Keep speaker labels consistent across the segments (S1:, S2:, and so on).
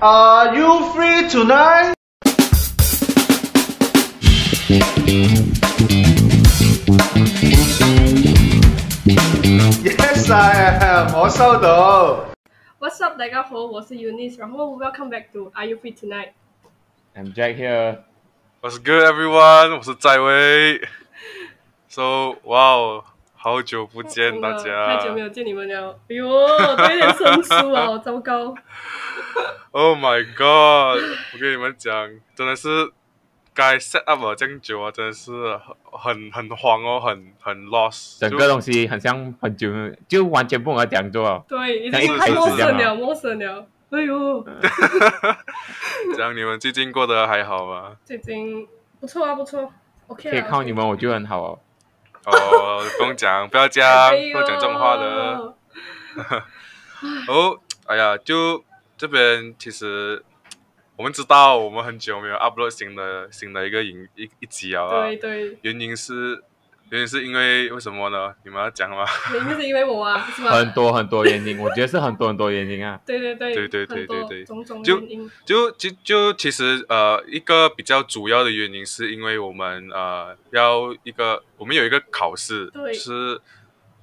S1: Are you free tonight？Yes, I am. 我收到。
S2: What's up？大家好，我是 Eunice，然后 Welcome back to Are You Free Tonight？
S3: I'm Jack here.
S4: What's good, everyone？我是在威。So，哇哦，好久不见大
S2: 真的太久没
S4: 家。
S2: 有见你们了，哎呦，都有点生疏哦，糟糕。
S4: Oh my god！我跟你们讲，真的是该 set up 了这样久啊，真的是很很慌哦，很很 lost。
S3: 整个东西很像很久没有，就完全不跟我讲座。哦
S2: 对，已
S3: 那一
S2: 经
S3: 开
S4: 始
S2: 陌
S4: 这
S2: 生
S3: 样
S2: 了，
S3: 啊
S2: 陌生了。哎呦，
S4: 就讲你们最近过得还好吗？
S2: 最近不错啊，不错，OK
S3: 可以
S2: 啦。
S3: 靠你们，我就很好哦。
S4: 哦，不用讲，不要讲，
S2: 哎
S4: 不
S2: 呦
S4: 要讲这种话的。。哦，哎呀，就这边其实我们知道，我们很久没有 upload 新的新的一个影一一集了啊。
S2: 对对，
S4: 原因是原因是因为为什么呢？你们要讲吗？
S2: 一定是因为我啊，是吧？
S3: 很多很多原因，我觉得是很多很多原 因啊。
S2: 对对对
S4: 对对对
S2: 很多
S4: 对对
S2: 种种
S4: 就
S2: 原因。
S4: 就就就其实呃，一个比较主要的原因是因为我们呃要一个我们有一个考试，
S2: 对
S4: 是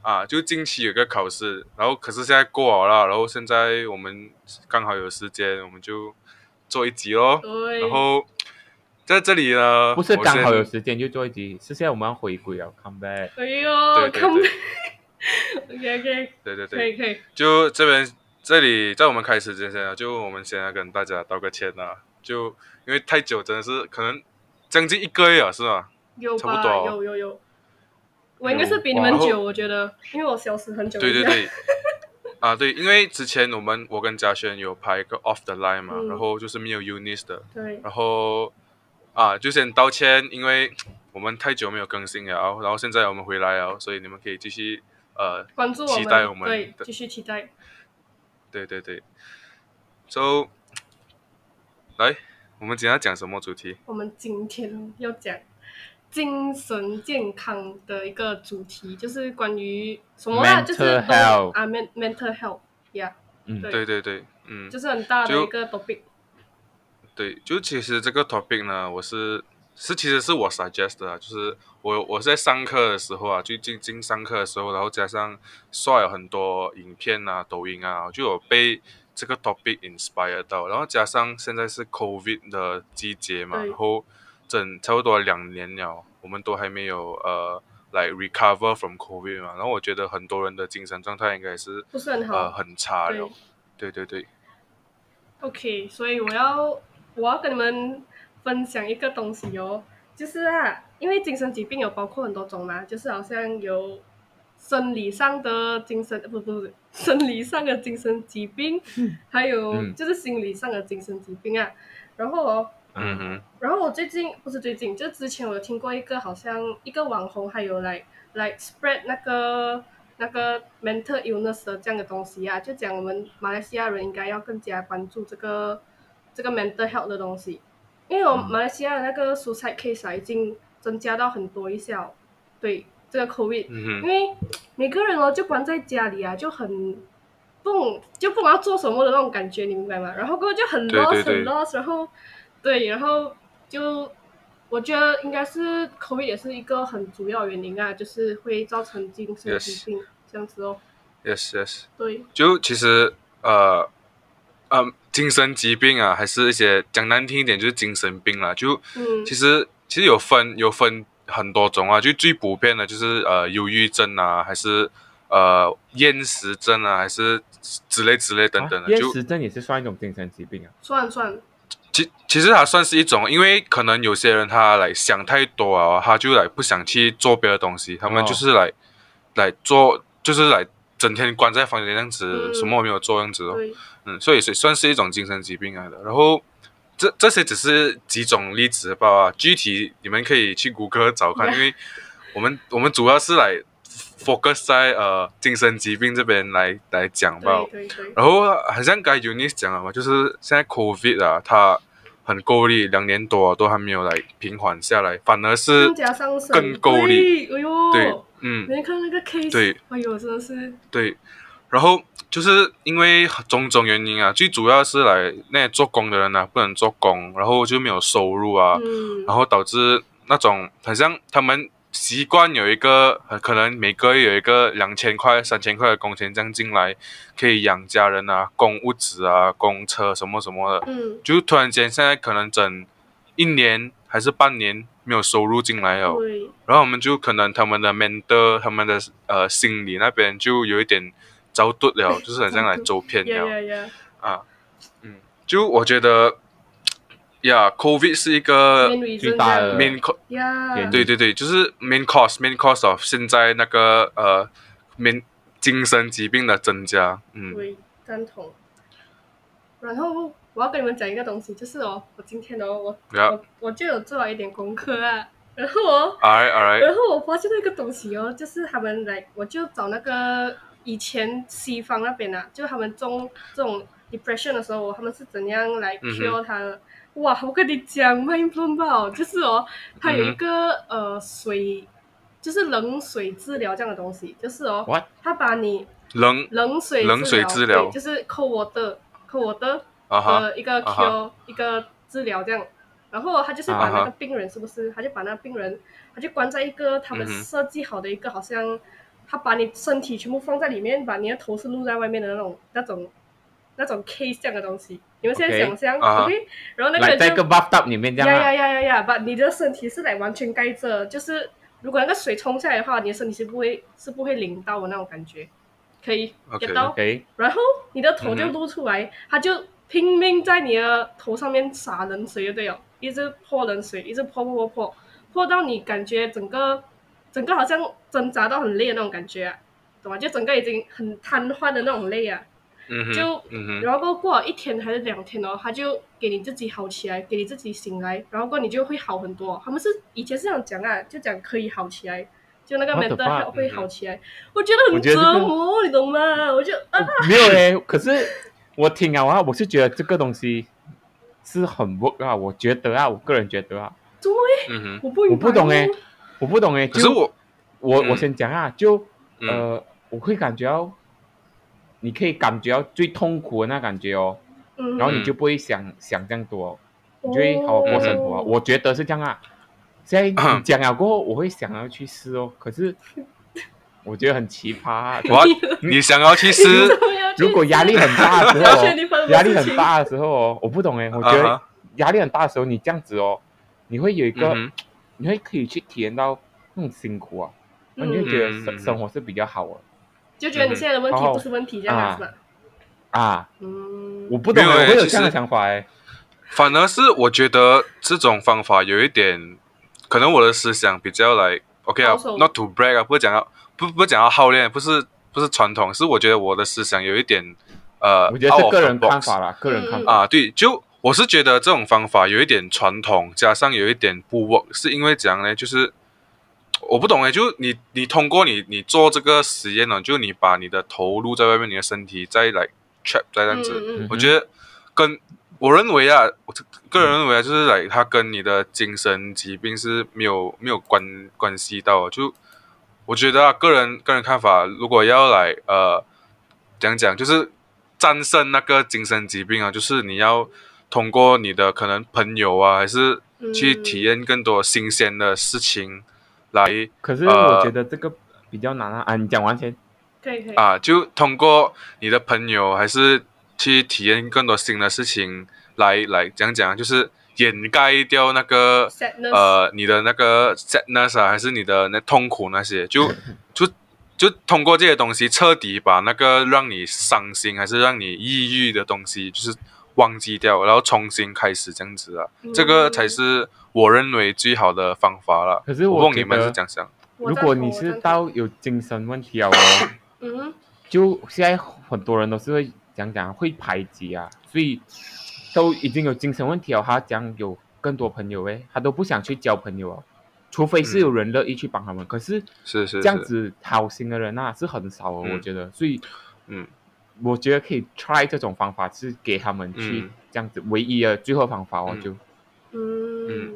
S4: 啊，就近期有一个考试，然后可是现在过了啦，然后现在我们刚好有时间，我们就做一集咯。
S2: 对，
S4: 然后在这里呢，
S3: 不是
S4: 啊我
S3: 刚好
S4: 先
S3: 有时间就做一集，是现在我们要回归了，come back。
S2: 哎
S4: 对
S2: 呦，
S4: 对
S2: 看
S4: 对
S2: OK OK，
S4: 对对
S2: 可
S4: 对，
S2: 以可以。
S4: 就这边这里，在我们开始之前啊，就我们先来跟大家道个歉啊，就因为太久，真的是可能将近一个月啊，是吧？
S2: 有
S4: 差不
S2: 吧？
S4: 多哦
S2: 有有有，我应该是比你们
S4: 然后
S2: 久，我觉得，因为我消失很久。
S4: 对对，对，啊对，因为之前我们我跟嘉轩有拍一个 off the line 嘛，
S2: 嗯
S4: 然后就是没有 Unis 的，
S2: 对
S4: 然后啊就先道歉，因为我们太久没有更新了，然后现在我们回来了，所以你们可以继续呃
S2: 关注我们，
S4: 期待我们
S2: 对，
S4: 的
S2: 继续期待。
S4: 对对对，So，来，我们今天要讲什么主题？
S2: 我们今天要讲精神健康的一个主题，就是关于什么啦？
S3: Mental
S2: 就是都
S3: health
S2: 啊，men mental health，yeah，
S3: 嗯，
S2: 对
S4: 对对对，嗯
S2: 就，是很大的
S4: 就
S2: 一个 topic。
S4: 对，就其实这个 topic 呢，我是是其实是我 suggest 的啊，就是我我在上课的时候啊，就进进上课的时候，然后加上刷了很多影片啊、抖音啊，就有被这个 topic inspire 到，然后加上现在是 COVID 的季节嘛，
S2: 对
S4: 然后整差不多两年了，我们都还没有呃来 recover from COVID 嘛，然后我觉得很多人的精神状态应该是
S2: 不是很好
S4: 呃很差
S2: 对
S4: 了，对对对，
S2: OK，所以我要我要跟你们分享一个东西哦，就是啊，因为精神疾病有包括很多种嘛，就是好像有生理上的精神呃不不不生理上的精神疾病，还有
S3: 嗯
S2: 就是心理上的精神疾病啊。然后哦，
S4: 嗯哼，
S2: 然后我最近不是最近，就之前我有听过一个好像一个网红，还有来来 spread 那个那个 mental illness 的这样的东西啊，就讲我们马来西亚人应该要更加关注这个这个 mental health 的东西，因为我
S3: 嗯
S2: 马来西亚的那个 suicide case 啊已经增加到很多一下哦，对这个 covid，
S4: 嗯
S2: 因
S4: 哼，
S2: 为每个人哦就关在家里啊，就很不懂就不知道做什么的那种感觉，你明白吗？然后过后就很
S4: 对
S2: lost
S4: 对
S2: 很
S4: 对
S2: lost，然后对，然后就我觉得应该是 COVID 也是一个很主要原因啊，就是会造成精神
S4: Yes
S2: 疾病这样子哦。
S4: yes yes。
S2: 对，
S4: 就其实呃，呃，精神疾病啊，还是一些讲难听一点就是精神病啦。就
S2: 嗯，
S4: 其实其实有分有分很多种啊，就最普遍的就是呃忧郁症啊，还是呃厌食症啊，还是之类之类等等
S3: 啊
S4: 的。
S3: 厌
S4: 就
S3: 食症也是算一种精神疾病啊。
S2: 算算，
S4: 其其实它算是一种，因为可能有些人他来想太多啊，他就来不想去做别的东西，他们
S3: 哦
S4: 就是来、来做，就是来整天关在房间这样子，
S2: 嗯
S4: 什么也没有做这样子哦。
S2: 对，
S4: 嗯，所以所以算是一种精神疾病来的。然后这这些只是几种例子吧，具体你们可以去谷歌找看，因为我们我们主要是来 focus 在呃精神疾病这边来来讲吧。
S2: 对对对，
S4: 然后好像刚才 Unis 讲了嘛，就是现在 COVID 啊，它很够力，两年多都还没有来平缓下来，反而是
S2: 更加上升，
S4: 呃更够力。
S2: 对，哎呦，
S4: 对，嗯，
S2: 你看那个 case，
S4: 对，
S2: 哎呦，真的是，
S4: 对，然后就是因为种种原因啊，最主要是来那些做工的人啊不能做工，然后就没有收入啊，
S2: 嗯，
S4: 然后导致那种好像他们习惯有一个呃可能每个月有一个两千块、三千块的工钱这样进来，可以养家人啊，供物资啊，供车什么什么的，
S2: 嗯，
S4: 就突然间现在可能整一年还是半年没有收入进来哦，
S2: 对，
S4: 然后我们就可能他们的 mentor、他们的呃心理那边就有一点遭钝 了，就是很像来走偏
S2: 呀
S4: 了。
S2: 呀呀，
S4: 啊，嗯，就我觉得呀，COVID 是一个
S2: main reason
S3: 最大的
S2: 这样
S4: main co-
S2: 呀
S3: 原因
S4: 对对对，就是 main cause main cause of 现在那个呃 main 精神疾病的增加，嗯，
S2: 对，赞同。然后我要跟你们讲一个东西，就是哦，我今天哦，我、
S4: 呀
S2: 我我就有做了一点功课啊，然后哦，
S4: ，alright alright，
S2: 然后我发现了一个东西哦，就是他们来，我就找那个以前西方那边啊，就他们中这种 depression 的时候，哦他们是怎样来
S4: 嗯哼
S2: cure 它的。哇，我跟你讲，mind blown 爆，就是哦，它有一
S4: 嗯哼
S2: 个、呃水，就是冷水治疗这样的东西，就是哦
S3: What？
S2: 他把你
S4: 冷
S2: 冷水
S4: 冷水治疗
S2: 对就是 cold water cold water
S4: 啊哈，
S2: 呃一个
S4: 啊
S2: cure、
S4: 哈
S2: 一个治疗这样，然后他就是把
S4: 啊哈
S2: 那个病人是不是，他就把那个病人，他就关在一个他们
S4: 嗯哼
S2: 设计好的一个好像，他把你身体全部放在里面，把你的头是露在外面的那种那种那种 case 这样的东西，你们现在
S3: OK，
S2: 想象
S4: 啊哈
S2: OK，然后那个
S3: 来
S2: 人
S3: 在一
S2: 就
S3: 个 bathtub 里面这
S2: 呀
S3: 样
S2: 呀
S3: 啊
S2: 呀呀呀，把你的身体是来完全盖着，就是如果那个水冲下来的话，你的身体是不会是不会淋到的那种感觉，可以
S4: OK，
S2: get 到。
S3: ，OK，
S2: 然后你的头就
S4: 嗯哼
S2: 露出来，他就拼命在你的头上面洒冷水，就对了，一直泼冷水，一直泼泼泼泼，泼到你感觉整个整个好像挣扎到很累的那种感觉、啊，懂吗？就整个已经很瘫痪的那种累啊。
S4: 嗯哼
S2: 就，
S4: 嗯哼，
S2: 然后过后过了一天还是两天哦，他就给你自己好起来，给你自己醒来，然后过后你就会好很多。他们是以前是这样讲啊，就讲可以好起来，就那个
S3: What the
S2: mental
S3: fuck？
S2: health 会
S4: 嗯
S2: 好起来。我觉得
S3: 我
S2: 很
S3: 觉得
S2: 折
S3: 这个
S2: 磨，你懂吗？我就啊，
S3: 哦没有嘞。可是我听了啊，我是觉得这个东西是很 work 啊，我觉得啊，我个人觉得啊，
S2: 怎么会？
S4: 嗯哼，
S2: 我不明白
S3: 我不懂欸我不懂诶。
S4: 可是
S3: 就
S4: 我，
S3: 我我
S4: 嗯
S3: 先讲啊，就
S4: 嗯
S3: 呃，我会感觉到，你可以感觉到最痛苦的那感觉哦，
S2: 嗯，
S3: 然后你
S4: 嗯
S3: 就不会想想这样多哦，
S2: 哦
S3: 你就会好好过生
S4: 哦
S3: 活啊。我觉得是这样啊。现在你讲了过后，我会想要去试哦，可是我觉得很奇葩啊。
S4: 我，你想要去
S2: 你
S4: 吃
S2: 怎 么要去
S3: 如果压力很大的 时候
S2: 要
S3: 哦
S2: 劝你分什么
S3: 压力
S2: 事
S3: 很
S2: 情
S3: 大的时候哦，我不懂 哎，我觉
S4: 啊
S3: 得
S4: 哈
S3: 压力很大的时候，你这样子哦，你会有一个，
S4: 嗯哼
S3: 你会可以去体验到那种辛苦啊，然后你会觉得生
S4: 嗯
S3: 生活是比较好的
S2: 就觉得你现在的问题
S3: 嗯
S2: 不是问题，这样子嘛？
S3: 啊。
S2: 嗯，
S3: 我不懂欸，
S4: 没有欸
S3: 我会有
S4: 其
S3: 这样的
S4: 实
S3: 想法哎。
S4: 反而是我觉得这种方法有一点，可能我的思想比较来 OK 啊
S2: 保守
S4: ，not to break 啊，不是讲要不不是讲要好练，不是不是传统，是我觉得我的思想有一点呃，
S3: 我觉得
S4: out
S3: 是
S4: of
S3: 个
S4: the
S3: 人看
S4: box
S3: 法啦，个人看
S2: 嗯
S3: 法。
S4: 啊，对，就我是觉得这种方法有一点传统，加上有一点不 work，是因为怎样呢？就是我不懂哎，就你你通过你你做这个实验呢，就你把你的头露在外面，你的身体再来 trap 再这样子，
S2: 嗯嗯
S4: 我觉得跟我认为啊，我这个人认为啊，就是来它跟你的精神疾病是没有没有关关系到的。就我觉得啊，个人个人看法，如果要来呃讲讲，就是战胜那个精神疾病啊，就是你要通过你的可能朋友啊，还是
S2: 嗯
S4: 去体验更多新鲜的事情来
S3: 可是
S4: 呃
S3: 我觉得这个比较难啊。啊，你讲完先。
S2: 可以可以，
S4: 啊，就通过你的朋友还是去体验更多新的事情来来讲讲啊，就是掩盖掉那个
S2: Sadness
S4: 呃你的那个 sadness 啊，还是你的那痛苦那些，就就就通过这些东西彻底把那个让你伤心还是让你抑郁的东西，就是忘记掉，然后重新开始这样子啊，
S2: 嗯
S4: 这个才是我认为最好的方法了。
S3: 可是
S4: 我
S3: 我
S4: 不懂
S3: 觉
S4: 你们是
S3: 得
S4: 怎样想？
S2: 我
S3: 如
S2: 赞同
S3: 果你是到有精神问题啊，哦，
S2: 我赞同嗯
S3: 就现在很多人都是会讲讲会排挤啊，所以都已经有精神问题了，他讲有更多朋友诶，他都不想去交朋友哦，除非是有人乐意去帮他们。可是
S4: 嗯是是
S3: 这样
S4: 是
S3: 子好心的人呐、是很少哦，
S4: 嗯
S3: 我觉得，所以
S4: 嗯，
S3: 我觉得可以 try 这种方法，是给他们去
S4: 嗯
S3: 这样子唯一的最后方法哦，
S4: 嗯
S3: 就
S2: 嗯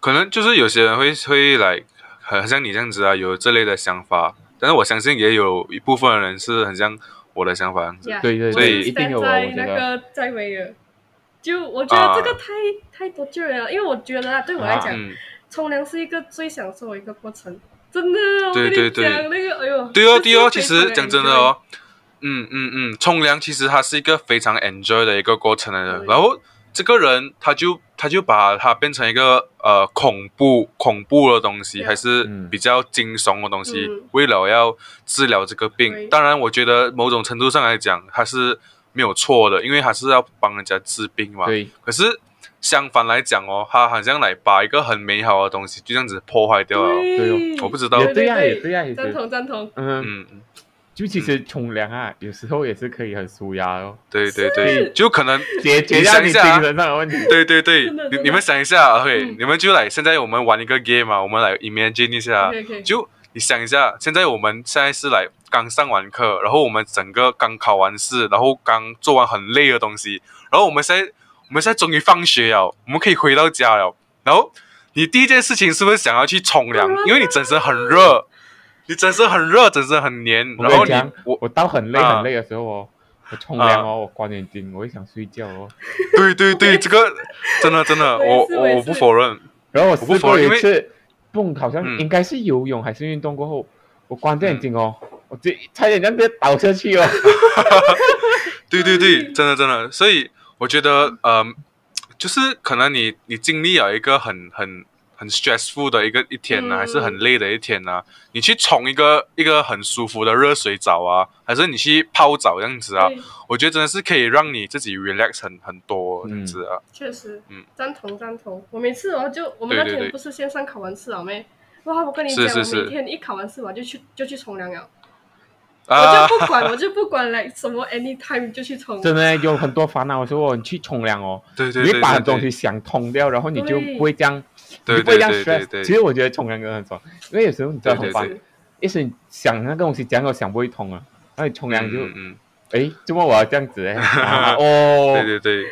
S4: 可能就是有些人会会来，好像你这样子啊，有这类的想法，但是我相信也有一部分人是很像我的想法这样子。
S2: Yeah，
S3: 对对
S2: 我
S4: 所以
S2: stand
S3: 一定有啊
S2: 在
S3: 我觉
S2: 那
S3: 得
S2: 个在威尔，就我觉得这
S4: 啊
S2: 个太、太多救人了，因为我觉得啊，对我来讲，
S4: 嗯，
S2: 冲凉是一个最享受的一个过程，真的，我
S4: 对
S2: 跟
S4: 对
S2: 你
S4: 对
S2: 讲那个，哎呦，
S4: 对哦，
S2: 就是
S4: 对哦，
S2: 非
S4: 其
S2: 常
S4: 实讲真的
S2: enjoy
S4: 哦，，嗯嗯嗯，冲凉其实它是一个非常 enjoy 的一个过程来的。
S2: 对
S4: 然后这个人他就他就把它变成一个呃恐怖恐怖的东西，
S2: 对啊
S4: 还是
S3: 嗯
S4: 比较惊悚的东西，
S2: 嗯
S4: 为了要治疗这个病
S2: 对。
S4: 当然，我觉得某种程度上来讲，它是没有错的，因为它是要帮人家治病嘛。
S3: 对，
S4: 可是相反来讲哦，它好像来把一个很美好的东西就这样子破坏掉了。
S2: 对，
S3: 对
S4: 啊哦我不知道
S3: 也对呀也对啊呀也
S2: 赞
S3: 对
S2: 同赞同，
S3: 嗯，
S4: 嗯。
S3: 就其实冲凉啊，有时候也是可以很舒压 哦，
S4: 对对对，就可能
S3: 解决掉
S4: 想
S3: 你
S4: 一
S3: 精
S4: 下啊
S3: 神上的问题。
S4: 对对对，
S2: 真的
S4: 你
S2: 真的
S4: 你们想一下，OK，、
S2: 嗯
S4: 你们就来，现在我们玩一个 game 啊嘛，我们来 imagine 一下
S2: OK，OK
S4: 啊就你想一下，现在我们现在是来刚上完课，然后我们整个刚考完试，然后刚做完很累的东西，然后我们现在我们现在终于放学了，我们可以回到家了，然后你第一件事情是不是想要去冲凉
S2: 当然？啦
S4: 因为你整身很热，你整身很热，整身很黏，
S3: 我
S4: 然
S3: 跟
S4: 后
S3: 你
S4: 你
S3: 讲，
S4: 我
S3: 我到很累
S4: 啊
S3: 很累的时候哦，我冲凉哦，我关眼睛，我会想睡觉
S4: 啊
S3: 哦。
S4: 对对对，这个真的真的，
S2: 我也
S4: 我
S2: 是我也
S4: 我我
S2: 是
S4: 不否认。
S3: 然后我
S4: 不
S3: 试
S4: 否
S3: 过
S4: 认
S3: 有一
S4: 因
S3: 次，蹦好像
S4: 嗯
S3: 应该是游泳还是运动过后，我关着眼睛哦，
S4: 嗯
S3: 我这差点让别人倒下 去哦。
S4: 对对对，
S2: 对
S4: 真的真的，所以我觉得，呃，就是可能你你经历了一个很很很 stressful 的一个一天呢、
S2: 嗯
S4: 还是很累的一天呢、你去冲一个一个很舒服的热水澡啊，还是你去泡澡这样子啊，
S2: 对，
S4: 我觉得真的是可以让你自己 relax 很很
S3: 嗯
S4: 多这样子啊，
S2: 确实
S4: 嗯，
S2: 赞同赞同。我每次哦，就我们那
S4: 对对
S2: 天
S4: 对
S2: 不是线上考完试了没？哇，我跟你
S4: 是
S2: 讲，
S4: 是是
S2: 我每天一考完试完就去就去冲凉了，
S4: 啊
S2: 我就不管，我就不管来什么 anytime 就去冲。
S3: 真的有很多烦恼的时候，你去冲凉哦，
S4: 对对
S3: 你
S4: 对对
S3: 会把很多东
S4: 对
S3: 西想通掉，然后你就
S2: 对
S3: 不会这样，你
S4: 对
S3: 不
S4: 对
S3: 会这样
S4: 对对
S3: stress。其
S4: 对
S3: 实我觉得冲凉真的很爽，因为有时候你真的很
S4: 对
S3: 烦，一时你想那个东西讲都想不会通啊，那你冲凉就
S4: 嗯嗯嗯
S3: 诶，怎么我要这样子诶？ 啊哦，
S4: 对对对。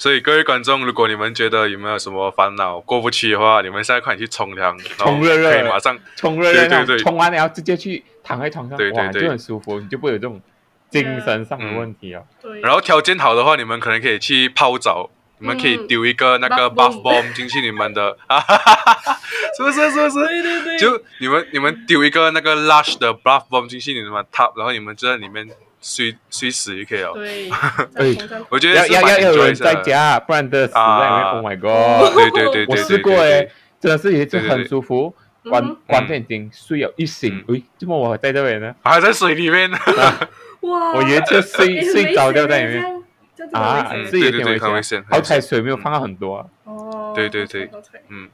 S4: 所以各位观众，如果你们觉得有没有什么烦恼过不去的话，你们现在快点去冲凉，然后
S3: 冲热热
S4: 可以马上
S3: 冲热热那
S4: 对
S3: 种
S4: 对对
S3: 冲完了直接去躺在床上，
S4: 对对嗯
S3: 哇，
S4: 对
S3: 就很舒服，你就不会有这种精神上的问题哦。
S2: 对，
S4: 然后条件好的话，你们可能可以去泡澡，你们可以丢一个那个
S2: Bath
S4: buff bomb 进去你们的， 哈哈哈哈是不是？是不是？
S2: 对对对，
S4: 就你们你们丢一个那个 lush 的 buff bomb 进去你们 top，然后你们就在里面睡睡死就可以了。
S2: 对，赞同赞同。
S4: 我觉得
S3: 要
S4: 嗯是
S3: 要
S4: 蛮
S3: 要有
S4: enjoy
S3: 人在
S4: 的。
S3: 家，不然真的死在里面。
S4: 啊
S3: oh my god！
S4: 对对对对对
S3: 我
S4: 对，
S3: 试过欸
S4: 对
S3: 诶，，真的是也就
S4: 对对对
S3: 很舒服，
S2: 嗯
S3: 关
S2: 哼
S3: 关着眼睛睡了一醒，
S4: 嗯
S3: 诶，怎么我在这里呢？
S4: 还在水里面。
S2: 哇，
S3: 我以为就
S2: 诶
S3: 睡睡着掉在里面。，
S2: 很危险欸这样
S3: 啊
S2: 这样，
S4: 嗯
S2: 子很危险
S3: 是有
S4: 对对
S3: 点
S4: 对
S3: 危
S4: 很危
S3: 险
S4: 险
S3: 啊，
S4: 很
S3: 好
S4: 危
S3: 彩水没有放到很多啊。
S2: 哦，
S4: 嗯对对对
S2: 好彩，
S4: 嗯，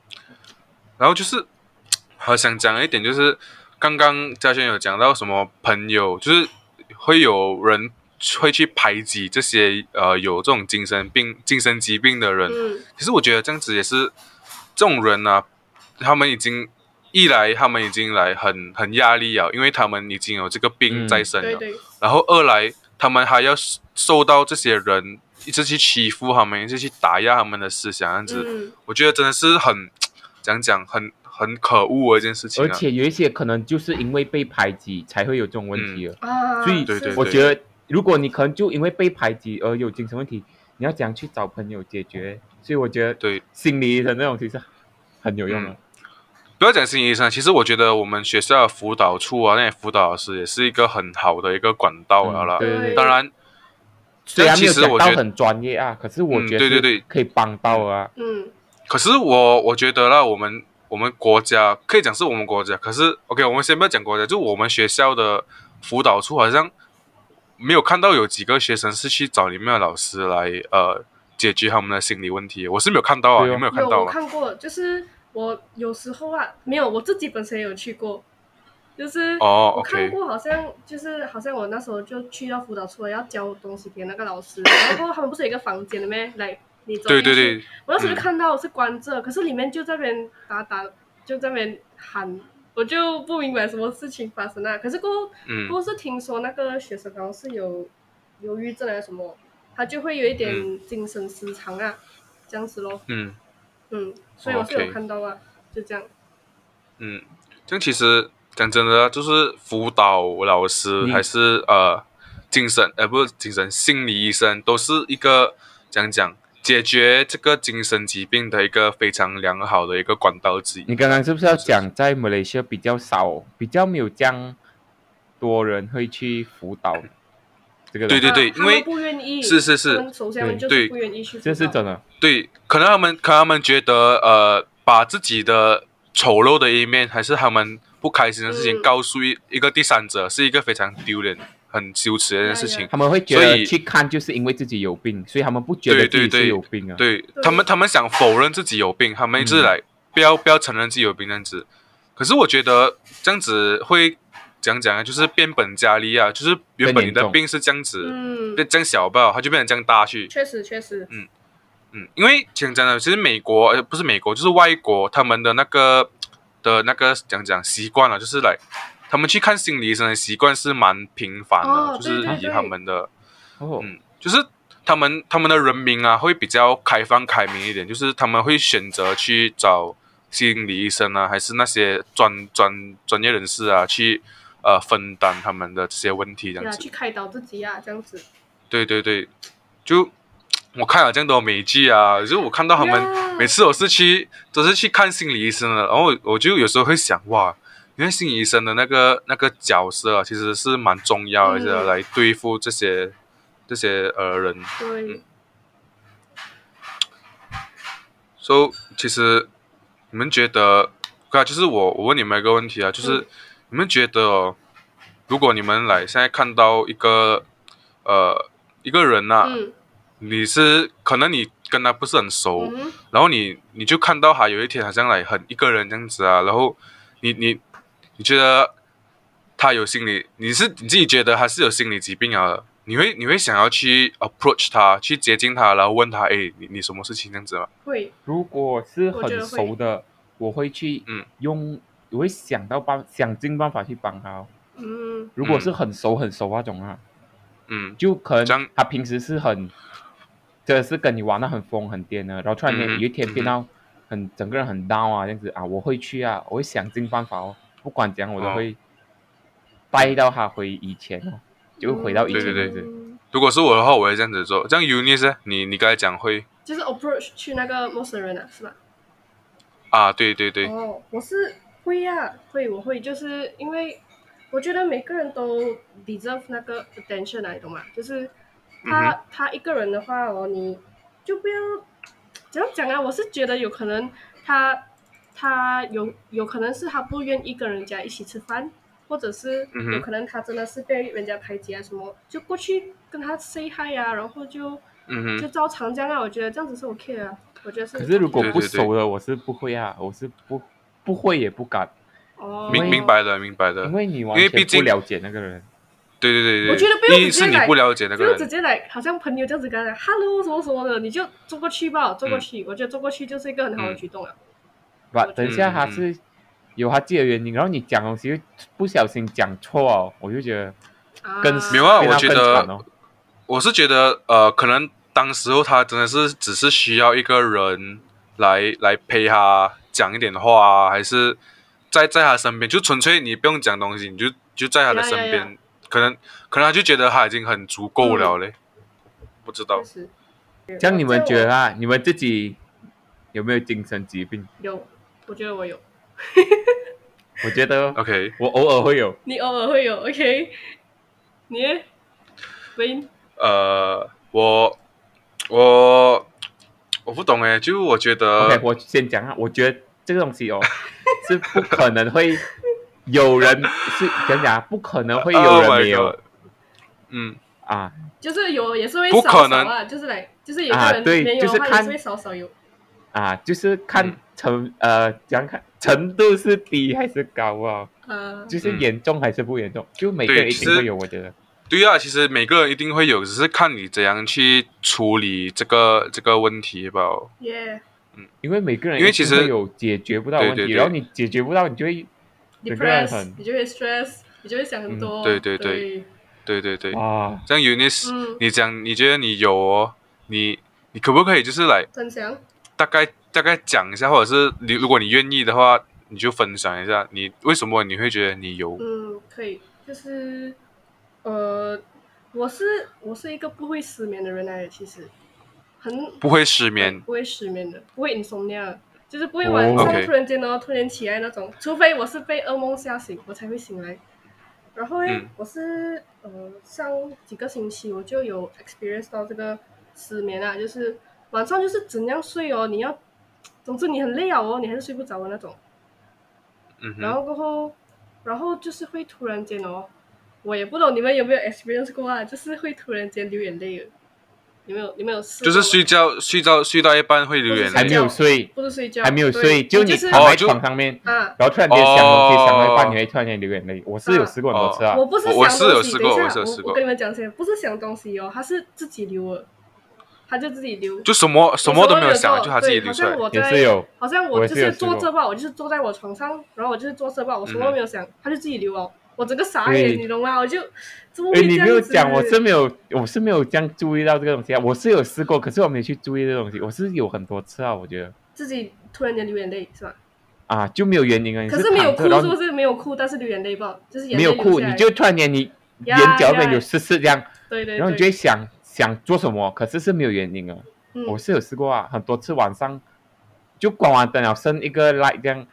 S4: 然后就是，我想讲一点，就是刚刚嘉轩有讲到什么朋友，就是会有人会去排挤这些呃有这种精神病、精神疾病的人。
S2: 嗯，
S4: 其实我觉得这样子也是，这种人啊，他们已经一来，他们已经来很很压力啊，因为他们已经有这个病
S3: 嗯
S4: 在身了。
S2: 对对，
S4: 然后二来，他们还要受到这些人一直去欺负他们，一直去打压他们的思想，这样子。
S2: 嗯，
S4: 我觉得真的是很讲讲很很可恶的一件事情、
S3: 而
S4: 啊。
S3: 且有一些可能就是因为被排挤才会有这种问题了。
S2: 啊，
S3: 所以
S4: 对对
S2: 是
S3: 我觉得，如果你可能就因为被排挤而有精神问题，你要怎样去找朋友解决？所以我觉得，
S4: 对，
S3: 心理医生那种其实很有用啊
S4: 嗯
S3: 的。
S4: 不要讲心理医生，啊其实我觉得我们学校的辅导处啊，那些辅导老师也是一个很好的一个管道了啦。
S3: 嗯对对对
S4: 当然，
S3: 虽然没有
S4: 其实
S3: 讲
S4: 我
S3: 到
S4: 觉得
S3: 很专业啊，可是我觉得
S4: 嗯对对对
S3: 是可以帮到啊。
S2: 嗯，
S4: 可是我我觉得啦，我们我们国家可以讲是我们国家，可是 OK，我们先不要讲国家，就我们学校的辅导处好像没有看到有几个学生是去找里面的老师来呃解决他们的心理问题，我是没有看到啊，
S3: 对哦
S4: 有没有看
S2: 有
S4: 到
S2: 我
S4: 啊？
S2: 看过，就是我有时候啊，没有我自己本身也有去过，就是
S4: 哦
S2: 我看
S4: ，OK，
S2: 过，好像就是好像我那时候就去到辅导处了要教东西给那个老师，然后他们不是有一个房间的咩？来，你走
S4: 对对
S2: 进去
S4: 对，
S2: 我那时候
S4: 嗯
S2: 就看到是关着，可是里面就在那边打打，就在那边喊，我就不明白什么事情发生了、可是过后，
S4: 嗯
S2: 过后是听说那个学生好像是有忧郁症还是什么，他就会有一点精神失常啊，这样子咯。
S4: 嗯。
S2: 嗯，所以我是
S4: OK
S2: 有看到啊，就这样。
S4: 嗯，这样其实讲真的啊，就是辅导老师
S3: 嗯
S4: 还是呃精神呃不是精神心理医生，都是一个讲讲解决这个精神疾病的一个非常良好的一个管道之一。
S3: 你刚刚是不是要讲在马来西亚比较少，比较没有这样多人会去辅导这个东
S4: 对对
S3: 西？
S4: 对
S2: 啊
S4: 因
S2: 他们
S4: 为
S2: 不愿意，
S4: 是是是
S2: 他们首先他们就是
S3: 对
S4: 对
S2: 不愿意去辅导，
S3: 这是真的。
S4: 对，可能他们可能他们觉得呃，把自己的丑陋的一面，还是他们不开心的事情，
S2: 嗯
S4: 告诉一一个第三者，是一个非常丢脸、很羞耻的一件事
S2: 哎
S4: 情
S2: 呀。
S3: 他们会觉
S4: 所
S3: 得
S4: 以
S3: 去看就是因为自己有病，所以他们不觉得
S4: 对
S3: 自己
S4: 对
S3: 是
S4: 对
S3: 有病啊。
S4: 对他们，他们想否认自己有病，他们
S3: 嗯
S4: 一直来、不要不要承认自己有病这样子。可是我觉得这样子会讲讲啊，就是变本加厉啊，就是原
S3: 更
S4: 本你
S3: 严
S4: 的
S3: 重
S4: 病是这样子，
S2: 嗯，
S4: 变这样小吧，它就变成这样大去。
S2: 确实确实，
S4: 嗯，因为讲真的，其实美国呃不是美国，就是外国他们的那个的那个讲讲习惯了，就是来他们去看心理医生的习惯是蛮频繁的，
S2: 哦
S4: 就是
S2: 对对
S4: 以
S2: 对
S4: 他们的
S3: 哦，
S4: 嗯，就是他们他们的人民啊会比较开放开明一点，就是他们会选择去找心理医生啊，还是那些专专专业人士啊去呃分担他们的这些问题这
S2: 对啊，
S4: 样子
S2: 去。开导自己啊，这样子。
S4: 对对对，就我看了这样多美剧啊，就是我看到他们
S2: Yeah
S4: 每次我是去都是去看心理医生的，然后我我就有时候会想哇，原来心理医生的那个那个角色啊，其实是蛮重要的，
S2: 嗯
S4: 是来对付这些这些呃人。
S2: 对，嗯
S4: So 其实你们觉得，对啊，就是我我问你们一个问题啊，就是、
S2: 嗯
S4: 你们觉得、哦，如果你们来现在看到一个呃一个人呐、
S2: 嗯
S4: 你是可能你跟他不是很熟，
S2: 嗯
S4: 然后你你就看到他有一天好像来很一个人这样子啊，然后你你你觉得他有心理，你是你自己觉得他是有心理疾病啊？你会你会想要去 approach 他，去接近他，然后问他，哎，你你什么事情这样子吗？
S2: 会
S3: 如果是
S2: 我觉
S3: 很
S2: 得会
S3: 熟的，我会去
S4: 嗯
S3: 用，我会想到办想尽办法去帮他哦。
S2: 嗯
S3: 如果是很熟很熟那种啊，
S4: 嗯
S3: 就可
S4: 这样
S3: 能他平时是很，真的是跟你玩的很疯很癫的，然后突然间
S4: 嗯
S3: 有一天变到很、整个人很 down 啊，这样子啊，我会去啊，我会想尽办法哦，不管怎样我都
S4: 哦
S3: 会带到他回以前哦，就回到以
S4: 对
S3: 前
S4: 对
S3: 这
S4: 对
S3: 样子。
S2: 嗯
S4: 如果是我的话，我会这样子做。这样 Unis 呢？你你刚才讲会
S2: 就是 approach 去那个陌生人啊，是吧？
S4: 啊？对对对，
S2: 哦，我是会啊，会我会，就是因为我觉得每个人都 deserve 那个 attention 啊，你懂吗？就是他、
S4: 嗯
S2: 他一个人的话哦，你就不要怎样讲啊，我是觉得有可能他他有有可能是他不愿意跟人家一起吃饭，或者是
S4: 嗯哼
S2: 有可能他真的是被人家排挤啊什么，就过去跟他 say hi 啊，然后就
S4: 嗯
S2: 就
S4: 哼，
S2: 照常这样啊，我觉得这样子是 OK 的啊，我觉得是 OK
S3: 可
S2: 的。
S3: 是如果
S4: 对
S3: 不
S4: 对对
S3: 熟的，我是不会啊，我是不不会也不敢，
S2: 哦，
S4: 明明白了明白了
S3: 因。为你完
S4: 呃因为
S3: 全
S4: 毕
S3: 不
S4: 竟
S3: 了解那个人。
S4: 对对对对，
S2: 我觉得不用
S4: 一
S2: 直接
S4: 是你
S2: 来
S4: 不了解那个
S2: 就直
S4: 人，
S2: 接来，好像朋友这样子跟他讲 “hello” 什么什么的，你就坐过去吧，坐过去，
S4: 嗯
S2: 我觉得坐过去就是一个很好的举动了。啊
S3: 不
S2: 我，觉
S3: 等一下
S4: 嗯
S3: 他
S4: 嗯
S3: 是有他自己的原因，然后你讲东西又不小心讲错哦，我就觉得
S2: 啊，
S3: 更
S4: 没有啊
S3: 被
S4: 我
S3: 他
S4: 觉
S3: 更
S4: 得
S3: 惨哦
S4: 我是觉得呃，可能当时候他真的是只是需要一个人来来陪他讲一点话啊，还是在在他身边，就纯粹你不用讲东西，你就就在他的
S2: 呀呀
S4: 身边，
S2: 呀
S4: 可能可能他就觉得他已经很足够
S2: 嗯
S4: 了嘞，不知道
S2: 确。实
S3: 这样你们
S2: 我
S3: 觉得啊，你们自己有没有精神疾病？
S2: 有，我觉得我有，
S3: 我觉得
S4: OK，
S3: 我偶尔会有，
S2: 你偶尔会有，OK？你呢喂，
S4: 呃，我我我不懂哎，就我觉得
S3: OK，我先讲啊，我觉得这个东西哦是不可能会有人是讲讲啊，不可能会有
S4: Oh
S3: 人
S4: my
S3: 没有
S4: God 嗯，
S3: 啊，
S2: 就是有也是会
S4: 不
S2: 少少
S4: 可能
S2: 啊，就是来就是有个
S3: 啊
S2: 人
S3: 对
S2: 没有
S3: 就
S2: 的
S3: 是
S2: 话也
S3: 看
S2: 是会少少有。
S3: 啊，就是看
S4: 嗯
S3: 程、呃，怎样看程度是低还是高啊，
S2: 啊，
S3: 就是
S4: 嗯
S3: 严重还是不严重，就每个
S4: 对
S3: 人一
S4: 其
S3: 定会
S4: 实
S3: 有，我觉得。
S4: 对啊，其实每个人一定会有，只是看你怎样去处理这个这个问题吧。
S2: 耶，
S3: 因为每个人
S4: 因为
S3: 一
S4: 其
S3: 定
S4: 实
S3: 会有解决不到的问题，
S4: 对对对
S3: 然后你解决不到，你就会
S2: 你
S3: 整个人
S2: press
S3: 很
S2: 你就会 stress，你就会想很
S3: 嗯
S2: 多。
S4: 对对对
S2: 对，
S4: 对对对，
S3: 啊，
S4: 像 Unis，、
S2: 嗯
S4: 你讲你觉得你有哦，你你可不可以就是来
S2: 真香。
S4: 大概大概讲一下，或者是你如果你愿意的话，你就分享一下你为什么你会觉得你有
S2: 嗯，可以，就是呃，我是我是一个不会失眠的人来的，其实很
S4: 不会失眠
S2: 不会失眠的，不会 insomnia，就是不会
S3: 哦
S2: 晚上
S4: OK
S2: 突然间呢、突然起来那种，除非我是被噩梦吓醒，我才会醒来。然后呢，
S4: 嗯
S2: 我是呃上几个星期我就有 experience 到这个失眠啊，就是晚上就是怎样睡哦，你要，总之你很累啊哦，你还是睡不着的那种。
S4: 嗯
S2: 然
S4: 哼
S2: 后过后，然后就是会突然间哦，我也不懂你们有没有 experience 过啊，就是会突然间流眼泪了，有没有？有没有试过
S4: 就
S2: 吗？
S4: 是睡觉睡觉睡到一半会流眼
S3: 还
S4: 泪
S3: 没有睡，
S2: 不是睡觉，
S3: 还没有
S2: 对
S3: 睡，就
S2: 你
S3: 你
S2: 是
S3: 躺在
S4: 哦就
S3: 床上面，
S2: 啊，
S3: 然后突然间想东西，
S4: 哦
S3: 想到一半你会突然间流眼泪。我是有试过很多次啊
S2: 我，不是
S4: 我我
S2: 想
S4: 是有
S2: 东西，
S4: 试
S2: 等
S4: 过
S2: 一
S4: 我是
S2: 下，
S4: 有
S2: 我
S4: 试
S2: 我
S4: 过
S2: 跟你们讲先，不是想东西哦，他是自己流了，他就自己流，
S4: 就什么什么都没有想，
S2: 做
S4: 就他自己
S2: 对
S4: 流
S2: 好
S4: 出
S2: 像。我
S4: 来
S3: 也
S2: 在
S3: 是有。
S2: 好像
S3: 我
S2: 我
S3: 也
S2: 就是
S3: 有
S2: 是
S3: 试过
S2: 做这吧，我就是坐在我床上，然后我就是做这吧，我
S4: 嗯
S2: 什么都没有想，他就自己流哦，我整个傻
S3: 对
S2: 眼，你懂吗？我就怎么
S3: 哎，
S2: 会
S3: 你
S2: 这
S3: 没有
S2: 样子
S3: 讲，我是没有，我是没有这样注意到这个东西啊。我是有试过，可是我没有去注意这个东西。我是有很多次啊，我觉得
S2: 自己突然间流眼泪是吧？
S3: 啊就没有原因啊。你
S2: 可是没有
S3: 躺
S2: 哭，
S3: 着然
S2: 是
S3: 后
S2: 不是没有哭？但是流眼泪吧，就是眼泪
S3: 没有
S2: 流
S3: 哭，
S2: 下来
S3: 你就突然间你
S2: 呀
S3: 眼角那边有
S2: 呀
S3: 湿湿这样，
S2: 对对，
S3: 然后你就
S2: 对
S3: 会想想做什么，可是是没有原因啊。
S2: 嗯，
S3: 我是有试过啊，很多次晚上就关完灯了，剩一个 light 这样，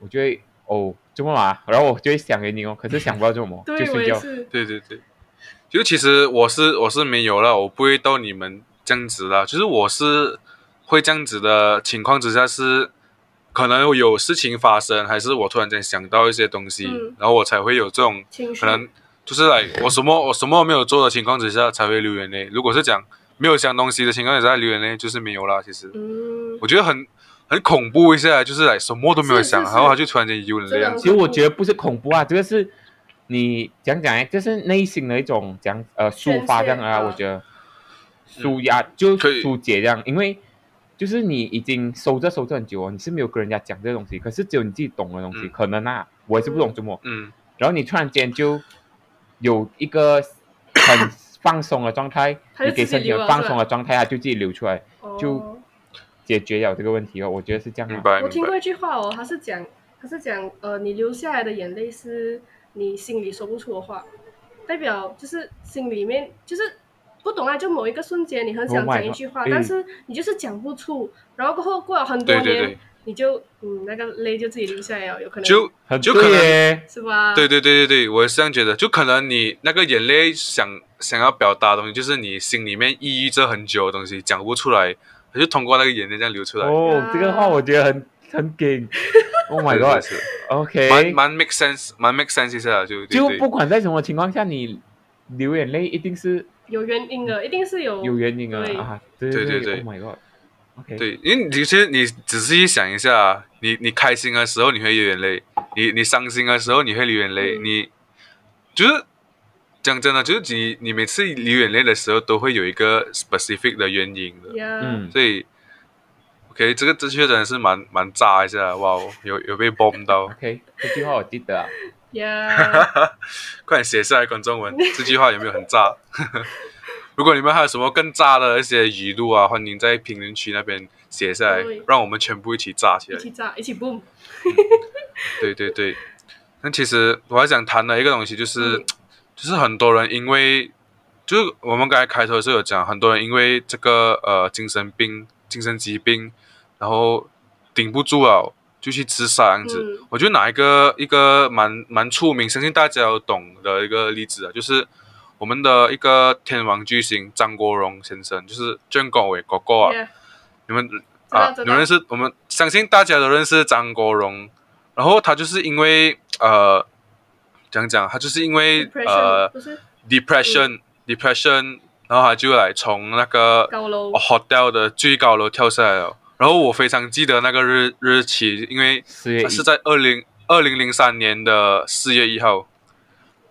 S3: 我就会哦这么啊，然后我就会想原因哦，可是想不到做什么就
S2: 对我
S3: 睡
S2: 也
S3: 觉。
S2: 是，
S4: 对对对，就其实我是我是没有啦，我不会到你们这样子啦。就是我是会这样子的情况之下是，可能有事情发生，还是我突然间想到一些东西，
S2: 嗯
S4: 然后我才会有这种
S2: 情绪
S4: 可能就是来我什么我什么没有做的情况之下才会流眼泪。如果是讲没有想东西的情况之下流眼泪，就是没有啦。其实
S2: 嗯，
S4: 我觉得很很恐怖一下，就是来什么都没有
S2: 是
S4: 想，
S2: 是
S4: 然后
S2: 是
S4: 他就突然间流眼
S2: 真的
S4: 泪这样
S2: 很
S4: 子。
S3: 其实我觉得不是恐怖啊，这个是你讲讲哎，就是内心的一种讲呃抒发这样
S2: 宣泄
S3: 啊，
S2: 嗯
S3: 我觉得舒压就
S4: 可以
S3: 疏解这样，因为就是你已经收着收着很久哦，你是没有跟人家讲这个东西，可是只有你自己懂的东西，
S4: 嗯
S3: 可能啊，我也是不懂怎么，
S4: 嗯
S3: 然后你突然间就有一个很放松的状 态，
S2: 它就
S3: 你给
S2: 自己
S3: 身体
S2: 流
S3: 很
S2: 了
S3: 放
S2: 是吧
S3: 松的状态，它就自己流出来，就
S2: 哦
S3: 解决了这个问题哦。我觉得是这样
S4: 明
S3: 啊。
S4: 白
S2: 我
S4: 明
S2: 听
S4: 白。
S2: 过一句话哦，他是讲，他是讲，呃，你流下来的眼泪是你心里说不出的话，代表就是心里面就是不懂啊，就某一个瞬间你很想
S3: Oh my
S2: 讲一句话
S3: God，
S2: 但
S3: 嗯
S2: 是你就是讲不出，然后过后过了很多
S4: 对
S2: 年，
S4: 对对，
S2: 你就嗯那个泪就自己流下来了，有可能
S4: 就
S3: 很
S4: 就
S3: 对
S4: 可能
S3: 耶
S2: 是吧？
S4: 对对对对对，我也是这样觉得。就可能你那个眼泪想想要表达的东西，就是你心里面抑郁着很久的东西，讲不出来，它就通过那个眼泪这样流出来。
S2: 啊
S3: 哦，这个话我觉得很很给 Oh
S4: 对
S3: my
S4: 对
S3: god！
S4: 是
S3: OK，
S4: 蛮蛮 make sense，蛮 make sense 一下的就对
S3: 就
S4: 对
S3: 不管在什么情况下，你流眼泪一定是
S2: 有原因的，一定是有
S3: 有原因啊
S2: 对
S3: 啊！对
S4: 对对
S3: 对
S4: 对
S3: o h my god！OK，
S4: 对，因为你其实你仔细想一下，你你开心的时候你会流眼泪，你你伤心的时候你会流眼泪，
S2: 嗯
S4: 你就是讲真的，就是你你每次流眼泪的时候都会有一个 specific 的原因的。
S2: 呀，
S3: 嗯，
S4: 所以，OK，这个这确诊是蛮蛮炸一下，哇，有有被 bomb 到，
S3: OK，这句话我记得啊。
S2: 呀，
S4: 快点写下来，观众们，这句话有没有很炸？ 如果你们还有什么更炸的一些语录啊，欢迎在评论区那边写下来
S2: 对，
S4: 让我们全部一起炸起
S2: 一
S4: 来。
S2: 起炸，一起 boom，
S4: 对对对，那其实我还想谈的一个东西就是，
S2: 嗯
S4: 就是很多人因为，就是我们刚才开头的时候有讲，很多人因为这个呃精神病、精神疾病，然后顶不住了，就去自杀这样子。
S2: 嗯
S4: 我觉得拿一个一个蛮蛮出名，相信大家有懂的一个例子啊，就是我们的一个天王巨星张国荣先生，就是郑国伟哥哥啊。
S2: 呀，
S4: 你们
S2: 道
S4: 啊，
S2: 知
S4: 你
S2: 道
S4: 们认识我们，相信大家都认识张国荣。然后他就是因为呃，讲讲，他就是因为
S2: Depression，
S4: 呃
S2: 不是
S4: depression depression，然后他就来从那个
S2: 高楼，
S4: hotel 的最高楼跳下来了。然后我非常记得那个日日期，因为
S3: 四月
S4: 他
S3: 一
S4: 啊是在二零二零零三年的四月一号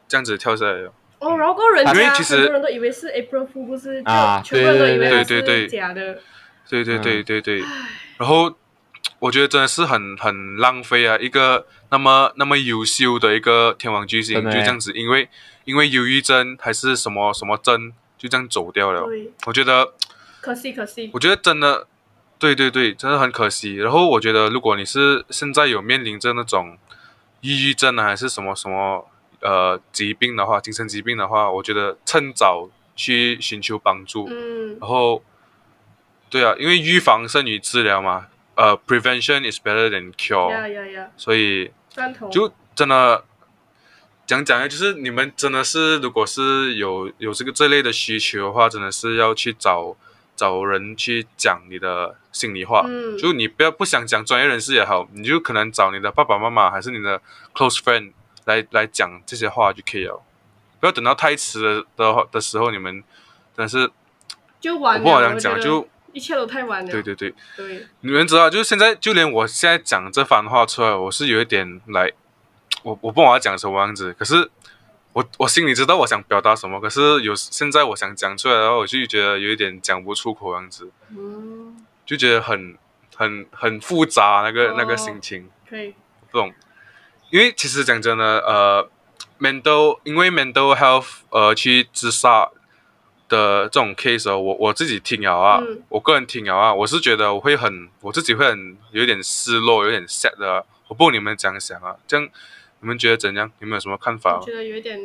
S4: 这样子跳下来的。
S2: 哦，然后过后人家
S4: 因为其实
S2: 很多人都以为是 April Fool，不是
S3: 啊
S2: 就全部人都以为
S4: 对
S2: 它
S4: 对对
S2: 是假的。
S4: 对对对
S3: 嗯
S4: 对对，然后我觉得真的是很很浪费啊！一个那么那么优秀的一个天王巨星，
S3: 真的
S4: 就
S3: 耶
S4: 这样子，因为因为忧郁症还是什么什么症，就这样走掉了。
S2: 对，
S4: 我觉得，
S2: 可惜可惜
S4: 我。觉得真的，对对对，真的很可惜。然后我觉得，如果你是现在有面临着那种抑郁症啊，还是什么什么呃疾病的话，精神疾病的话，我觉得趁早去寻求帮助。
S2: 嗯
S4: 然后，对啊，因为预防胜于治疗嘛，呃，prevention is better than cure，、
S2: 呀呀呀，
S4: 所以
S2: 赞同。
S4: 哦就真的讲讲呢，就是你们真的是，如果是有有这个这类的需求的话，真的是要去找找人去讲你的心里话。
S2: 嗯
S4: 就你不要不想讲专业人士也好，你就可能找你的爸爸妈妈还是你的 close friend 来来讲这些话就可以了。不要等到太迟了的话的时候，你们真的是
S2: 就晚了，
S4: 我不好想
S2: 啊我
S4: 讲
S2: 觉得
S4: 就
S2: 一切都太晚了。
S4: 对对对，
S2: 对
S4: 你们知道，就是现在，就连我现在讲这番话出来，我是有一点来，我我不懂我要讲什么样子。可是我我心里知道我想表达什么，可是有现在我想讲出来的话，我就觉得有一点讲不出口样子，
S2: 嗯，
S4: 就觉得很很很复杂那个、那个
S2: 哦
S4: 心情，
S2: 可以，
S4: 不懂。因为其实讲真的，呃，mental 因为 mental health 呃去自杀的这种 case 哦，我我自己听了啊，
S2: 嗯
S4: 我个人听了啊，我是觉得我会很我自己会很有点失落，有点 sad 的啊、我不懂你们怎样想啊，这样你们觉得怎样？你们有什么看法
S2: 我
S4: 哦？
S2: 觉得有一点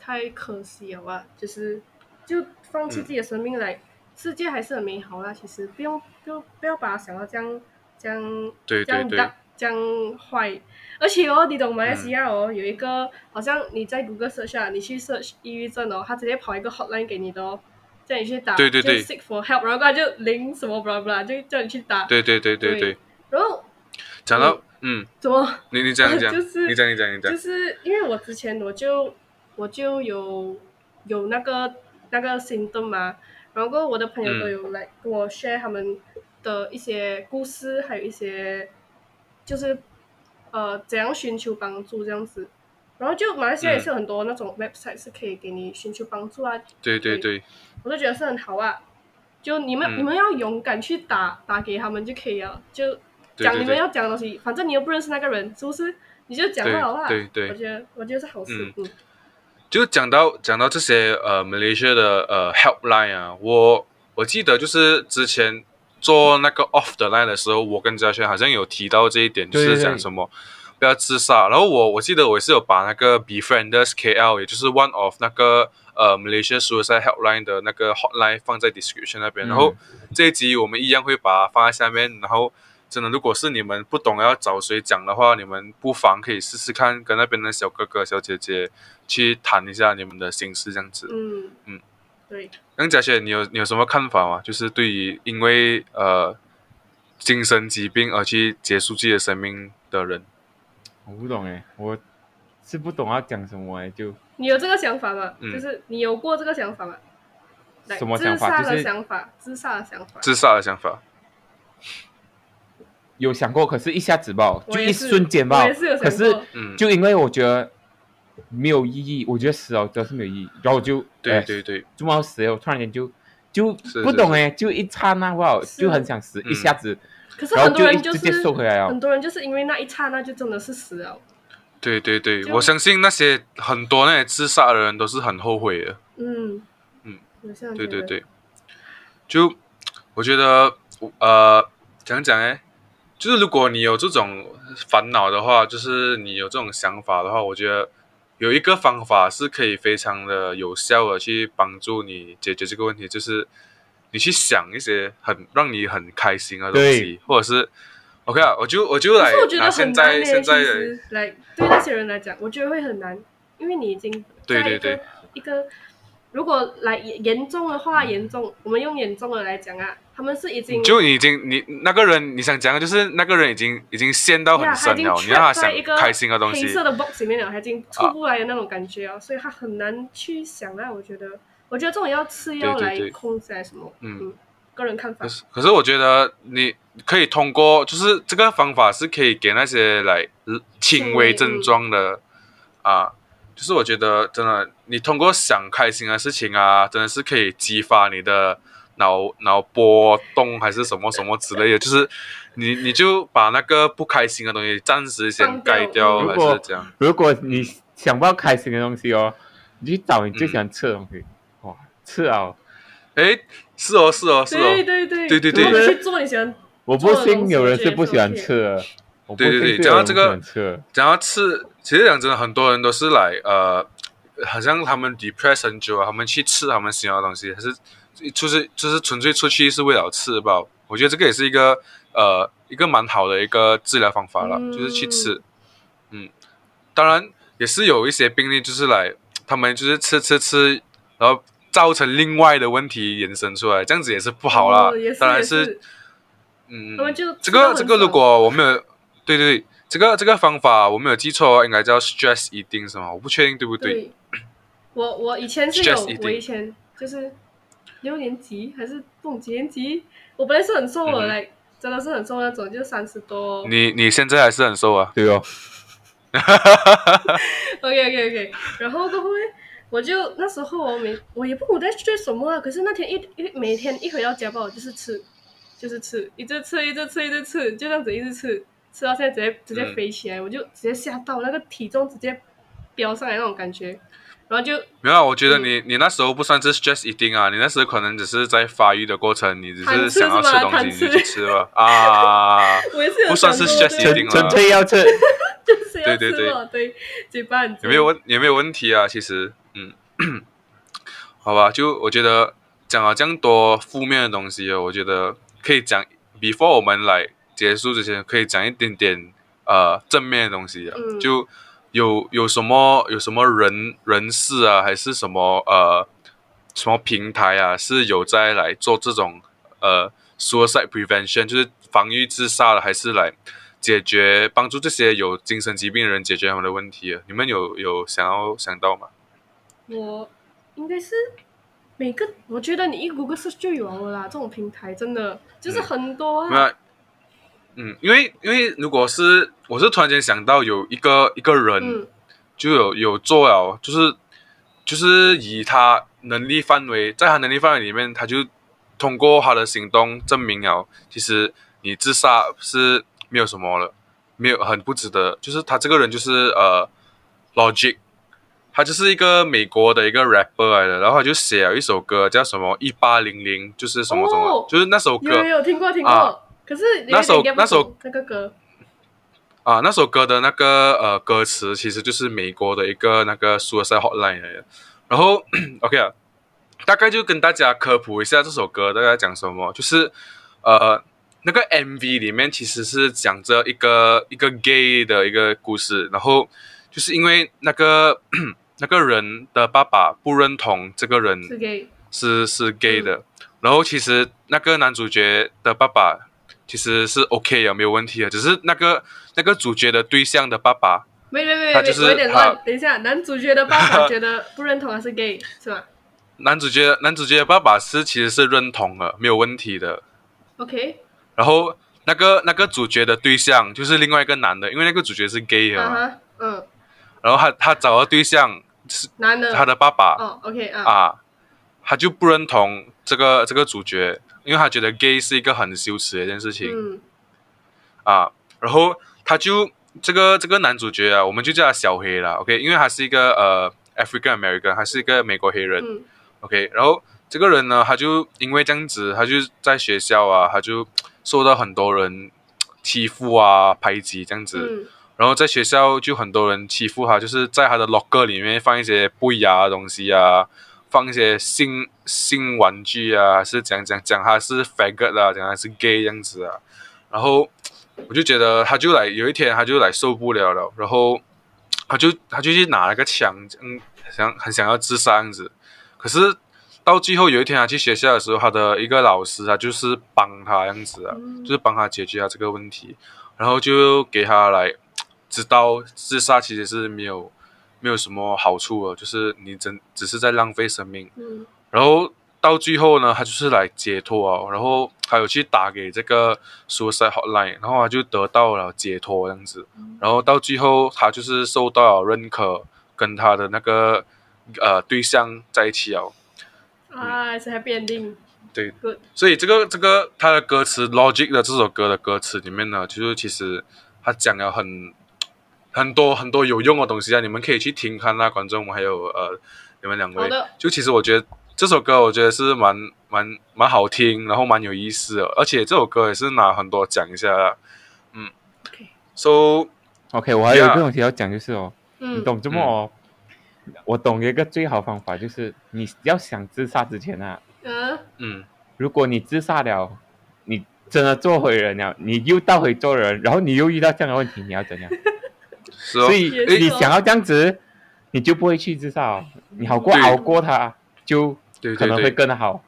S2: 太可惜了吧，就是就放弃自己的生命来，世界还是很美好啦。其实不用不用不要把它想到这样这样
S4: 对
S2: 这样
S4: 对
S2: dark，这样坏。而且哦，你懂马来西亚
S4: 嗯
S2: 哦，有一个好像你在 Google search 啊，你去 search 抑郁症哦，他直接跑一个 hotline 给你的哦，叫你去打，
S4: 对对对
S2: 就 seek for help，然后他就零什么 blah blah，就叫你去打。
S4: 对对对对
S2: 对
S4: 对，
S2: 然后
S4: 讲到嗯，
S2: 怎么
S4: 你你讲你讲，
S2: 就是
S4: 你讲你讲你讲
S2: 就，是因为我之前我就我就有有那个那个行动嘛，然后我的朋友都有来跟我 share 他们的一些故事，还有一些就是呃怎样寻求帮助这样子。然后就马来西亚也是有很多那种 website 是可以给你寻求帮助啊，
S4: 对对对，
S2: 我就觉得是很好啊。就你们、
S4: 嗯
S2: 你们要勇敢去打打给他们就可以了，就
S4: 对
S2: 讲
S4: 对
S2: 你们
S4: 对
S2: 要讲的东西，反正你又不认识那个人，是不是？你就讲
S4: 对
S2: 好了。
S4: 对对
S2: 我觉得我觉得是好事。嗯
S4: 就讲到讲到这些呃 Malaysia 的呃 helpline 啊，我我记得就是之前做那个 off the line 的时候，我跟嘉轩好像有提到这一点，就
S3: 对
S4: 是
S3: 对
S4: 讲什么不要自杀。然后我我记得我是有把那个 Befrienders KL，也就是 one of 那个呃 Malaysia Suicide Helpline 的那个 hotline 放在 description 那边，
S3: 嗯
S4: 然后这一集我们一样会把它放在下面，然后。真的，如果是你们不懂要找谁讲的话，你们不妨可以试试看，跟那边的小哥哥、小姐姐去谈一下你们的心事，这样子。
S2: 嗯
S4: 嗯
S2: 对，
S4: 那贾雪，你有你有什么看法吗？就是对于因为呃精神疾病而去结束自己的生命的人，
S3: 我不懂哎，我是不懂要讲什么哎，就
S2: 你有这个想法吗？
S4: 嗯
S2: 就是你有过这个想法吗？来
S3: 什么想法
S2: 自杀
S3: 就
S2: 的
S3: 是
S2: 想法，自杀的想法。
S4: 自杀的想法。
S3: 有想过，可是一下子吧，
S2: 我
S3: 就
S2: 也
S3: 一
S2: 是
S3: 瞬间吧
S2: 我也是有，想
S3: 可是
S2: 过
S4: 嗯，
S3: 就因为我觉得没有意义，我觉得死了真的是没有意义，然后我就
S4: 对
S3: 哎
S4: 对对
S3: 就要死了，我突然间就就
S4: 是
S3: 不懂哎，就一刹那哇，
S2: 是
S3: 就很想死，
S4: 嗯
S3: 一下子，
S2: 可是
S3: 然后
S2: 很多人
S3: 就一
S2: 是
S3: 直接收回来啊了
S2: 很多人就是因为那一刹那就真的是死了。
S4: 对对对，
S2: 就
S4: 我相信那些很多那些自杀的人都是很后悔的。
S2: 嗯
S4: 嗯，
S2: 我这样
S4: 对
S2: 觉
S4: 对
S2: 得，
S4: 对，就我觉得呃，讲讲哎，就是如果你有这种烦恼的话，就是你有这种想法的话，我觉得有一个方法是可以非常的有效的去帮助你解决这个问题，就是你去想一些很让你很开心的东西，或者是 OK 啊，我就我就
S2: 可
S4: 来
S2: 是我觉
S4: 拿
S2: 得
S4: 现
S2: 很难
S4: 在
S2: 嘞，
S4: 现在
S2: 其
S4: 的
S2: 实来对那些人来讲，我觉得会很难，因为你已经
S4: 对
S2: 在
S4: 对
S2: 一个
S4: 对
S2: 一个，如果来严严重的话，严重，我们用严重的来讲啊，他们是已经
S4: 就你已经你那个人，你想讲的就是那个人已经已经陷到
S2: 呀
S4: 很
S2: 他已
S4: 深
S2: 经
S4: 了，你让
S2: trap
S4: 他
S2: 在
S4: 想
S2: 一个
S4: 开心的东西，啊
S2: 黑色的 box 里面了，他已经出不来的那种感觉啊，所以他很难去想啊，我觉得，我觉得这种要吃药
S4: 对对
S2: 来
S4: 对
S2: 控制还是什么，
S4: 嗯
S2: 嗯，个人看法
S4: 可，是，啊可是我觉得你可以通过，就是这个方法是可以给那些来呃轻微症状的啊，就是我觉得真的，你通过想开心的事情啊，真的是可以激发你的脑脑波动还是什么什么之类的，就是你你就把那个不开心的东西暂时先
S2: 放掉
S4: 盖掉，
S3: 嗯
S4: 还
S3: 如果
S4: 是这样？
S3: 如果你想不到开心的东西哦，你去找你最喜欢吃的东西，
S4: 嗯
S3: 哇，吃啊，
S4: 诶，是哦，是哦，是哦，
S2: 对对对
S4: 对对对
S2: 然后你去做你喜欢
S3: 我不信有人是不喜欢吃的。我不信
S4: 对对对
S3: 是有人
S4: 讲到这个
S3: 不喜欢吃的
S4: 讲到吃，其实讲真的，很多人都是来呃，好像他们 depress 很久啊，他们去吃他们喜欢的东西，还是就是就是纯粹出去是为了吃吧。我觉得这个也是一个呃一个蛮好的一个治疗方法了，
S2: 嗯
S4: 就是去吃。嗯，当然也是有一些病例，就是来他们就是吃吃吃，然后造成另外的问题延伸出来，这样子也是不好啦。
S2: 哦也是
S4: 当然
S2: 也
S4: 是嗯，
S2: 他们就吃
S4: 这
S2: 到
S4: 个
S2: 很
S4: 这个，如
S2: 爽
S4: 果我没有，对对对，这个这个方法我没有记错，应该叫 stress eating 是吗？我不确定对不对。
S2: 对，我我以前是
S4: Stress
S2: 有，
S4: eating
S2: 我以前就是六年级还是不懂几年级，我本来是很瘦
S4: 嗯
S2: 的，来、真的是很瘦那种，就三十多。
S4: 你你现在还是很瘦啊？
S3: 对哦，
S2: OK OK OK，然后过后呢我就那时候我每我也不懂在吃什么啊，可是那天一一每天一回到家吧，我就是吃，就是吃，一直吃一直吃一直吃，就这样子一直吃，吃到现在直接直接
S4: 嗯
S2: 飞起来，我就直接吓到那个体重直接飙上来那种感觉，然后就
S4: 没有啊，我觉得你你那时候不算是 stress eating 啊，你那时候可能只是在发育的过程，你只
S2: 贪
S4: 是
S2: 吃
S4: 想要
S2: 是吧
S4: 东西
S2: 贪
S4: 你
S2: 吃
S4: 就去吃吧啊。
S2: 我也是有
S4: 不算是
S2: 想过
S4: stress
S2: 对
S4: 一
S3: 纯
S4: 定啦
S3: 纯粹 要吃。
S2: 就是要
S4: 对对
S2: 吃
S4: 对
S2: 了，对，嘴巴很
S4: 有没有问有没有问题啊？其实，嗯，好吧，就我觉得讲了这样多负面的东西哦，我觉得可以讲，before 我们来结束之前，可以讲一点点呃正面的东西啊，
S2: 嗯
S4: 就有有什么有什么人人事啊，还是什么呃什么平台啊，是有在来做这种呃 suicide prevention，就是防御自杀的，还是来解决帮助这些有精神疾病的人解决他们的问题啊？你们有有想要想到吗？
S2: 我应该是每个，我觉得你一 Google search 就有了啦。这种平台真的
S4: 嗯
S2: 就是很多啊。
S4: 那嗯，因为因为如果是我是突然间想到有一个一个人，
S2: 嗯
S4: 就有有做了，就是就是以他能力范围，在他能力范围里面，他就通过他的行动证明了，其实你自杀是没有什么了，没有很不值得。就是他这个人就是呃，Logic，他就是一个美国的一个 rapper 来的，然后他就写了一首歌叫什么一八零零，就是什么什么，
S2: 哦
S4: 就是那首歌
S2: 有有有听过听过，
S4: 啊
S2: 可是有
S4: 那首
S2: 一点 get 不
S4: 那首
S2: 懂那个歌，
S4: 啊，那首歌的那个呃歌词其实就是美国的一个那个 suicide hotline 来的。然后 OK 啊，大概就跟大家科普一下这首歌大概讲什么，就是呃那个 MV 里面其实是讲着一个一个 gay 的一个故事，然后就是因为那个 那个人的爸爸不认同这个人
S2: 是给
S4: 是是
S2: 嗯
S4: gay 的。然后其实那个男主角的爸爸其实是 OK 啊，没有问题啊，只是那个那个主角的对象的爸爸，
S2: 没没没
S4: 他
S2: 没，
S4: 就是
S2: 我有点
S4: 他
S2: 乱。等一下，男主角的爸爸 觉得不认同他是 gay 是吧
S4: 男主角男主角的爸爸是其实是认同的，没有问题的。
S2: ？OK，
S4: 然后那个那个主角的对象就是另外一个男的，因为那个主角是 gay 啊
S2: 啊
S4: 嘛，
S2: 哈，嗯，
S4: 然后他他找到对象是
S2: 男的，
S4: 他的爸爸，
S2: 哦，OK 啊，
S4: 啊，他就不认同这个这个主角，因为他觉得 gay 是一个很羞耻的一件事情。
S2: 嗯
S4: 啊，然后他就这个这个男主角啊，我们就叫他小黑啦，OK，因为他是一个呃 African American，他是一个美国黑人、
S2: 嗯
S4: o k 然后这个人呢，他就因为这样子，他就在学校啊，他就受到很多人欺负啊、排挤这样子，
S2: 嗯
S4: 然后在学校就很多人欺负他，就是在他的 locker 里面放一些不雅的东西啊，放一些性性玩具啊，还是讲讲讲他是 faggot 啊，讲他是 gay 这样子啊。然后我就觉得他就来有一天他就来受不了了，然后他就他就去拿了个枪，嗯，想很想要自杀这样子。可是到最后有一天他去学校的时候，他的一个老师啊，就是帮他这样子啊，
S2: 嗯
S4: 就是帮他解决他这个问题，然后就给他来知道自杀其实是没有没有什么好处的，就是你真只是在浪费生命。
S2: 嗯
S4: 然后到最后呢，他就是来解脱啊，然后还有去打给这个 suicide hotline，然后他就得到了解脱这样子。然后到最后，他就是受到了认可，跟他的那个呃对象在一起了。
S2: 啊，it's a happy ending，
S4: 对
S2: Good，
S4: 所以这个这个他的歌词《Logic》的这首歌的歌词里面呢，就是其实他讲了很很多很多有用的东西啊，你们可以去听看啦，观众还有呃你们两
S2: 好
S4: 位
S2: 的。
S4: 就其实我觉得这首歌我觉得是蛮蛮蛮好听，然后蛮有意思的，而且这首歌也是拿很多奖一下。嗯
S2: OK
S4: ，So
S3: OK，我还有一
S4: Yeah
S3: 个东西要讲，就是哦，你
S2: 嗯，
S3: 懂这么哦？我懂一个最好方法，就是你要想自杀之前啊，
S2: 嗯，
S4: 嗯，
S3: 如果你自杀了，你真的做回人了，你又倒回做人，然后你又遇到这样的问题，你要怎样？
S4: 是哦
S3: 所，以
S2: 也是
S3: 你
S2: 哦
S3: 想要这样子，你就不会去自杀哦，
S2: 嗯
S3: 你好过
S4: 对
S3: 熬过它，就
S4: 对
S3: 可
S4: 对
S3: 能会
S4: 对，
S3: 更好。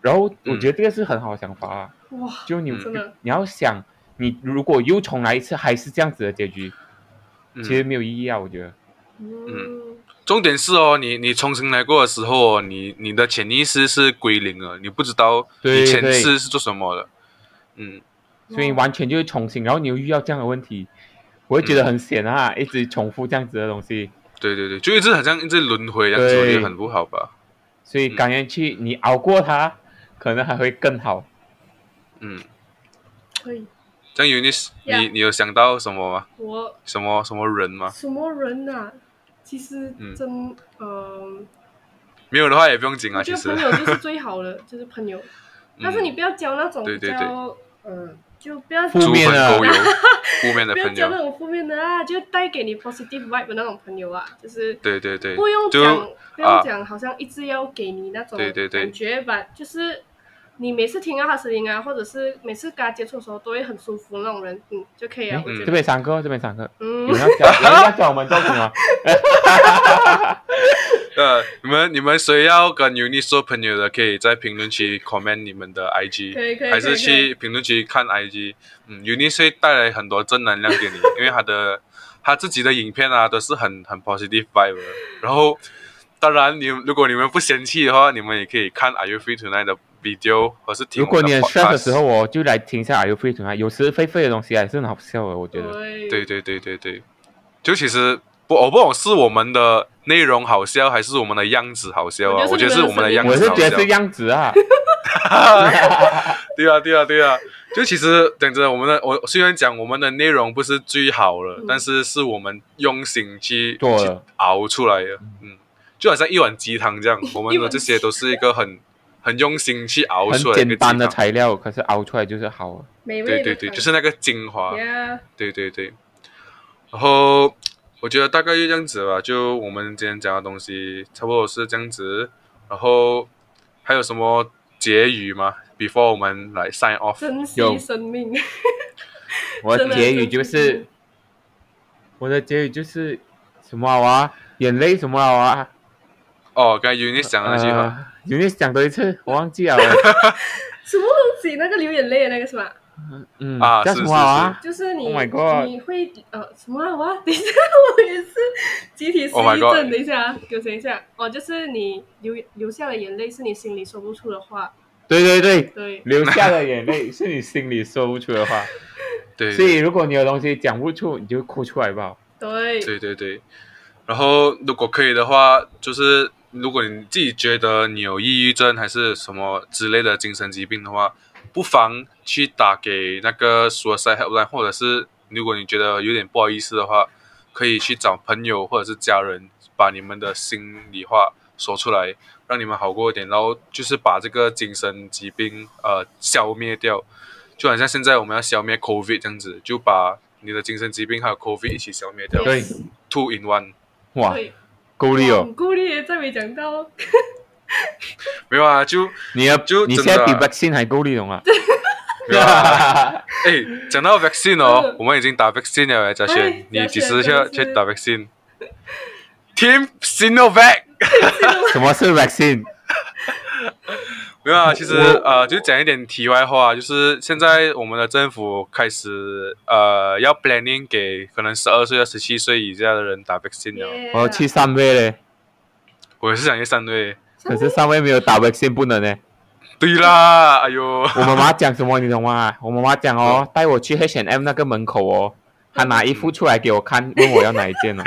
S3: 然后我
S4: 嗯
S3: 觉得这个是很好的想法啊，
S2: 哇，
S3: 就你
S2: 嗯真的
S3: 你要想，你如果又重来一次还是这样子的结局，
S4: 嗯
S3: 其实没有意义啊，我觉得。
S2: 嗯，
S4: 重点是哦，你你重新来过的时候哦，你你的潜意识是归零了，你不知道
S3: 对
S4: 你前
S3: 对
S4: 世是做什么的。嗯，
S3: 所
S2: 哦
S3: 以完全就是重新，然后你又遇到这样的问题，我会觉得很险啊，
S2: 嗯
S3: 一直重复这样子的东西。
S4: 对对对，就一直很像一直轮回这样子，我
S3: 对
S4: 觉得很不好吧。
S3: 所以感觉去你熬过它，可能还会更好。
S4: 嗯，
S2: 可以，
S4: 这样 Unis，你你有想到什么吗？
S2: 我
S4: 什么什么人吗？
S2: 什么人呐、其实
S4: 嗯
S2: 真，嗯、
S4: 没有的话也不用紧啊，
S2: 我觉
S4: 其
S2: 得朋
S4: 实。嗯
S2: 友就是最好 的，就是朋友。但是你不要交那种
S4: 对
S2: 比
S4: 对对
S2: 较，嗯，就不要
S3: 负
S4: 猪
S3: 面啊
S4: 朋
S3: 的
S4: 狗友，负面 的
S2: 不要
S4: 朋
S2: 交那
S4: 友，
S2: 种负面的啊，就带给你 positive vibe 的那种朋友啊，就是
S4: 对对对，
S2: 不用
S4: 就
S2: 讲，不用
S4: 啊
S2: 讲，好像一直要给你那种
S4: 对对对
S2: 感觉吧，就是你每次听到他声音啊，或者是每次跟他接触的时候，都会很舒服那种人，嗯，就可以了，我觉
S3: 这
S2: 得，
S3: 边三个，这边三个，有
S2: 嗯
S3: 人，要 讲，有人要讲我们啊做什么？
S4: 呃，你们你们谁要跟 Uni 做朋友的，可以在评论区 comment 你们的 IG，
S2: 可以可以
S4: 还
S2: 可
S4: 是
S2: 以
S4: 去评论区看 IG。嗯，Uni 会带来很多正能量给你，因为他的他自己的影片啊都是很很 positive vibe 的。然后，当然你如果你们不嫌弃的话，你们也可以看 Are You Free Tonight 的 video，或是听
S3: 如
S4: 我们
S3: 果
S4: 的
S3: 你很
S4: podcast
S3: stress 的时候，，我就来听一下《Are You Free Tonight》，有时狒狒的东西还是很好笑的，我觉得。
S2: 对
S4: 对对对对对，就其实不，哦我不懂是我们的内容好笑，还是我们的样子好笑啊？
S2: 我
S4: 我
S2: 觉得
S4: 觉得
S2: 是
S4: 是
S2: 你
S4: 我们
S2: 们的
S4: 的样
S2: 声音
S4: 子
S3: 我
S4: 好
S3: 是
S4: 笑。
S3: 觉得是样子 啊，
S4: 对啊，对啊，对啊。就其实讲真的，我们的我虽然讲我们的内容不是最好了，
S2: 嗯
S4: 但是是我们用心去
S3: 做了
S4: 去熬出来的。嗯，就好像一碗鸡汤 这样，我们
S2: 一
S4: 的
S2: 碗
S4: 这些都是一个很很用心去熬
S3: 很
S4: 出来一个
S3: 简单的
S4: 鸡汤
S3: 材料，可是熬出来就是好的。
S2: 美味
S4: 对
S2: 的啊
S4: 对对，
S2: 汤
S4: 就是那啊个精华。
S2: Yeah，
S4: 对对对，然后我觉得大概就这样子吧，就我们今天讲的东西差不多是这样子。然后还有什么结语吗？Before 我们来 sign off，
S2: 珍
S3: 有
S2: 惜生命，
S3: 我
S2: 真
S3: 的
S2: 的
S3: 结语就是，我的结语就是什么好啊？眼泪什么好啊？
S4: 哦，刚才 Unis 讲的那句话，
S3: 呃，有没有讲多一次？我忘记 了。
S2: 什么东西？那个流眼泪的那个是吧？
S3: 嗯
S4: 啊
S3: 叫
S4: 是
S3: 什么好啊？
S2: 就是你
S3: Oh my god
S2: 你会呃什么啊？我要等一下， 我也是集体失忆症。
S4: Oh my god
S2: 等一下啊，给我等一下。哦，就是你流流下的眼泪是你心里说不出的话，
S3: 对 对对，
S2: 对，
S3: 流下的眼泪是你心里说不出的话，
S4: 对
S3: 所以
S4: 对
S3: 如果你有东西讲不出，你就哭出来吧。
S2: 对，
S4: 对对对。然后如果可以的话，就是如果你自己觉得你有抑郁症还是什么之类的精神疾病的话，不妨去打给那个 suicide helpline，或者是如果你觉得有点不好意思的话，可以去找朋友或者是家人，把你们的心里话说出来，让你们好过一点，然后就是把这个精神疾病呃消灭掉，就好像现在我们要消灭 COVID 这样子，就把你的精神疾病还有 COVID 一起消灭掉
S2: Yes
S3: 对，
S4: ，two in one。
S3: 哇，
S2: 对，
S3: 够力
S2: 哇
S3: 哦
S2: 很！孤立，再没讲到，
S4: 没有啊，就
S3: 你要
S4: 就
S3: 你
S4: 真
S3: 现
S4: 的
S3: 在
S4: 啊
S3: 比 vaccine 还够力懂啊？
S4: 没 有啊。哎，讲到 vaccine 哦
S2: 嗯，
S4: 我们已经打 vaccine 了诶，嘉
S2: 哎
S4: 轩，你
S2: 嘉
S4: 几
S2: 轩
S4: 时去
S2: 真的是
S4: 去打 vaccine？Team Sinovac。
S3: 什么是 vaccine？
S4: 没有啊，其实
S3: 我
S4: 呃，就讲一点题外话，就是现在我们的政府开始呃要 planning 给可能十二岁到十七岁以下的人打 vaccine 了。
S2: Yeah
S3: 我要去三位嘞，
S4: 我也是想去三位。
S2: 三
S3: 可
S2: 位
S3: 是三位没有打 vaccine 不能呢。
S4: 对啦，哎呦，
S3: 我妈妈讲什么你懂吗？我妈妈讲哦，带我去 H&M 那个门口哦，她拿衣服出来给我看，问我要哪一件呢、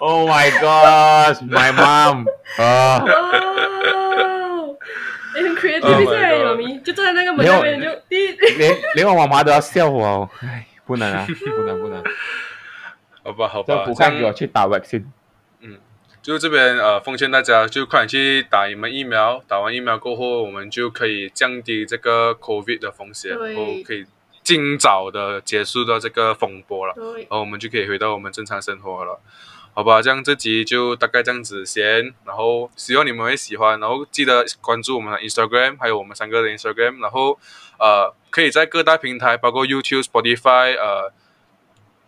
S3: oh my god, my mom 啊、
S2: 哇，哎，很 creative
S4: Oh my
S2: 一下，
S4: God
S2: 妈咪就站在那个门那边
S3: 没
S2: 就滴，
S3: 连连我妈妈都要笑我、哦，哎，不 能啊，不能不能，
S4: 好吧好吧
S3: 政，府
S4: 这
S3: 快给我
S4: 样
S3: 去打 vaccine。
S4: 就这边呃奉劝大家就快点去打你们疫苗，打完疫苗过后，我们就可以降低这个 COVID 的风险，
S2: 对
S4: 然后可以尽早的结束掉这个风波了。
S2: 对
S4: 然，哦后我们就可以回到我们正常生活了，好吧？这样这集就大概这样子先，然后希望你们会喜欢，然后记得关注我们的 Instagram，还有我们三个的 Instagram，然后呃，可以在各大平台，包括 YouTube、Spotify，呃，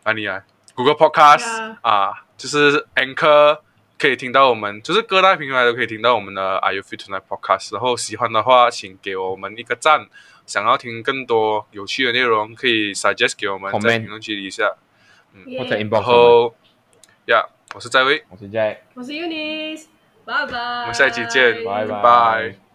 S4: 哪里啊？Google Podcast
S2: Yeah
S4: 啊，就是 Anchor。可以听到我们，就是各大平台都可以听到我们的 Are You Fit Tonight Podcast。然后喜欢的话，请给我们一个赞。想要听更多有趣的内容，可以 suggest 给我们，在
S3: Comment
S4: 评论区底下。
S3: 或者
S2: 耶
S3: inbox
S4: 然
S3: 我们
S4: 后呀我是在威，
S3: 我是 Jack，
S2: 我是 Eunice，拜拜，
S4: 我们下一期见
S3: 拜拜
S4: 拜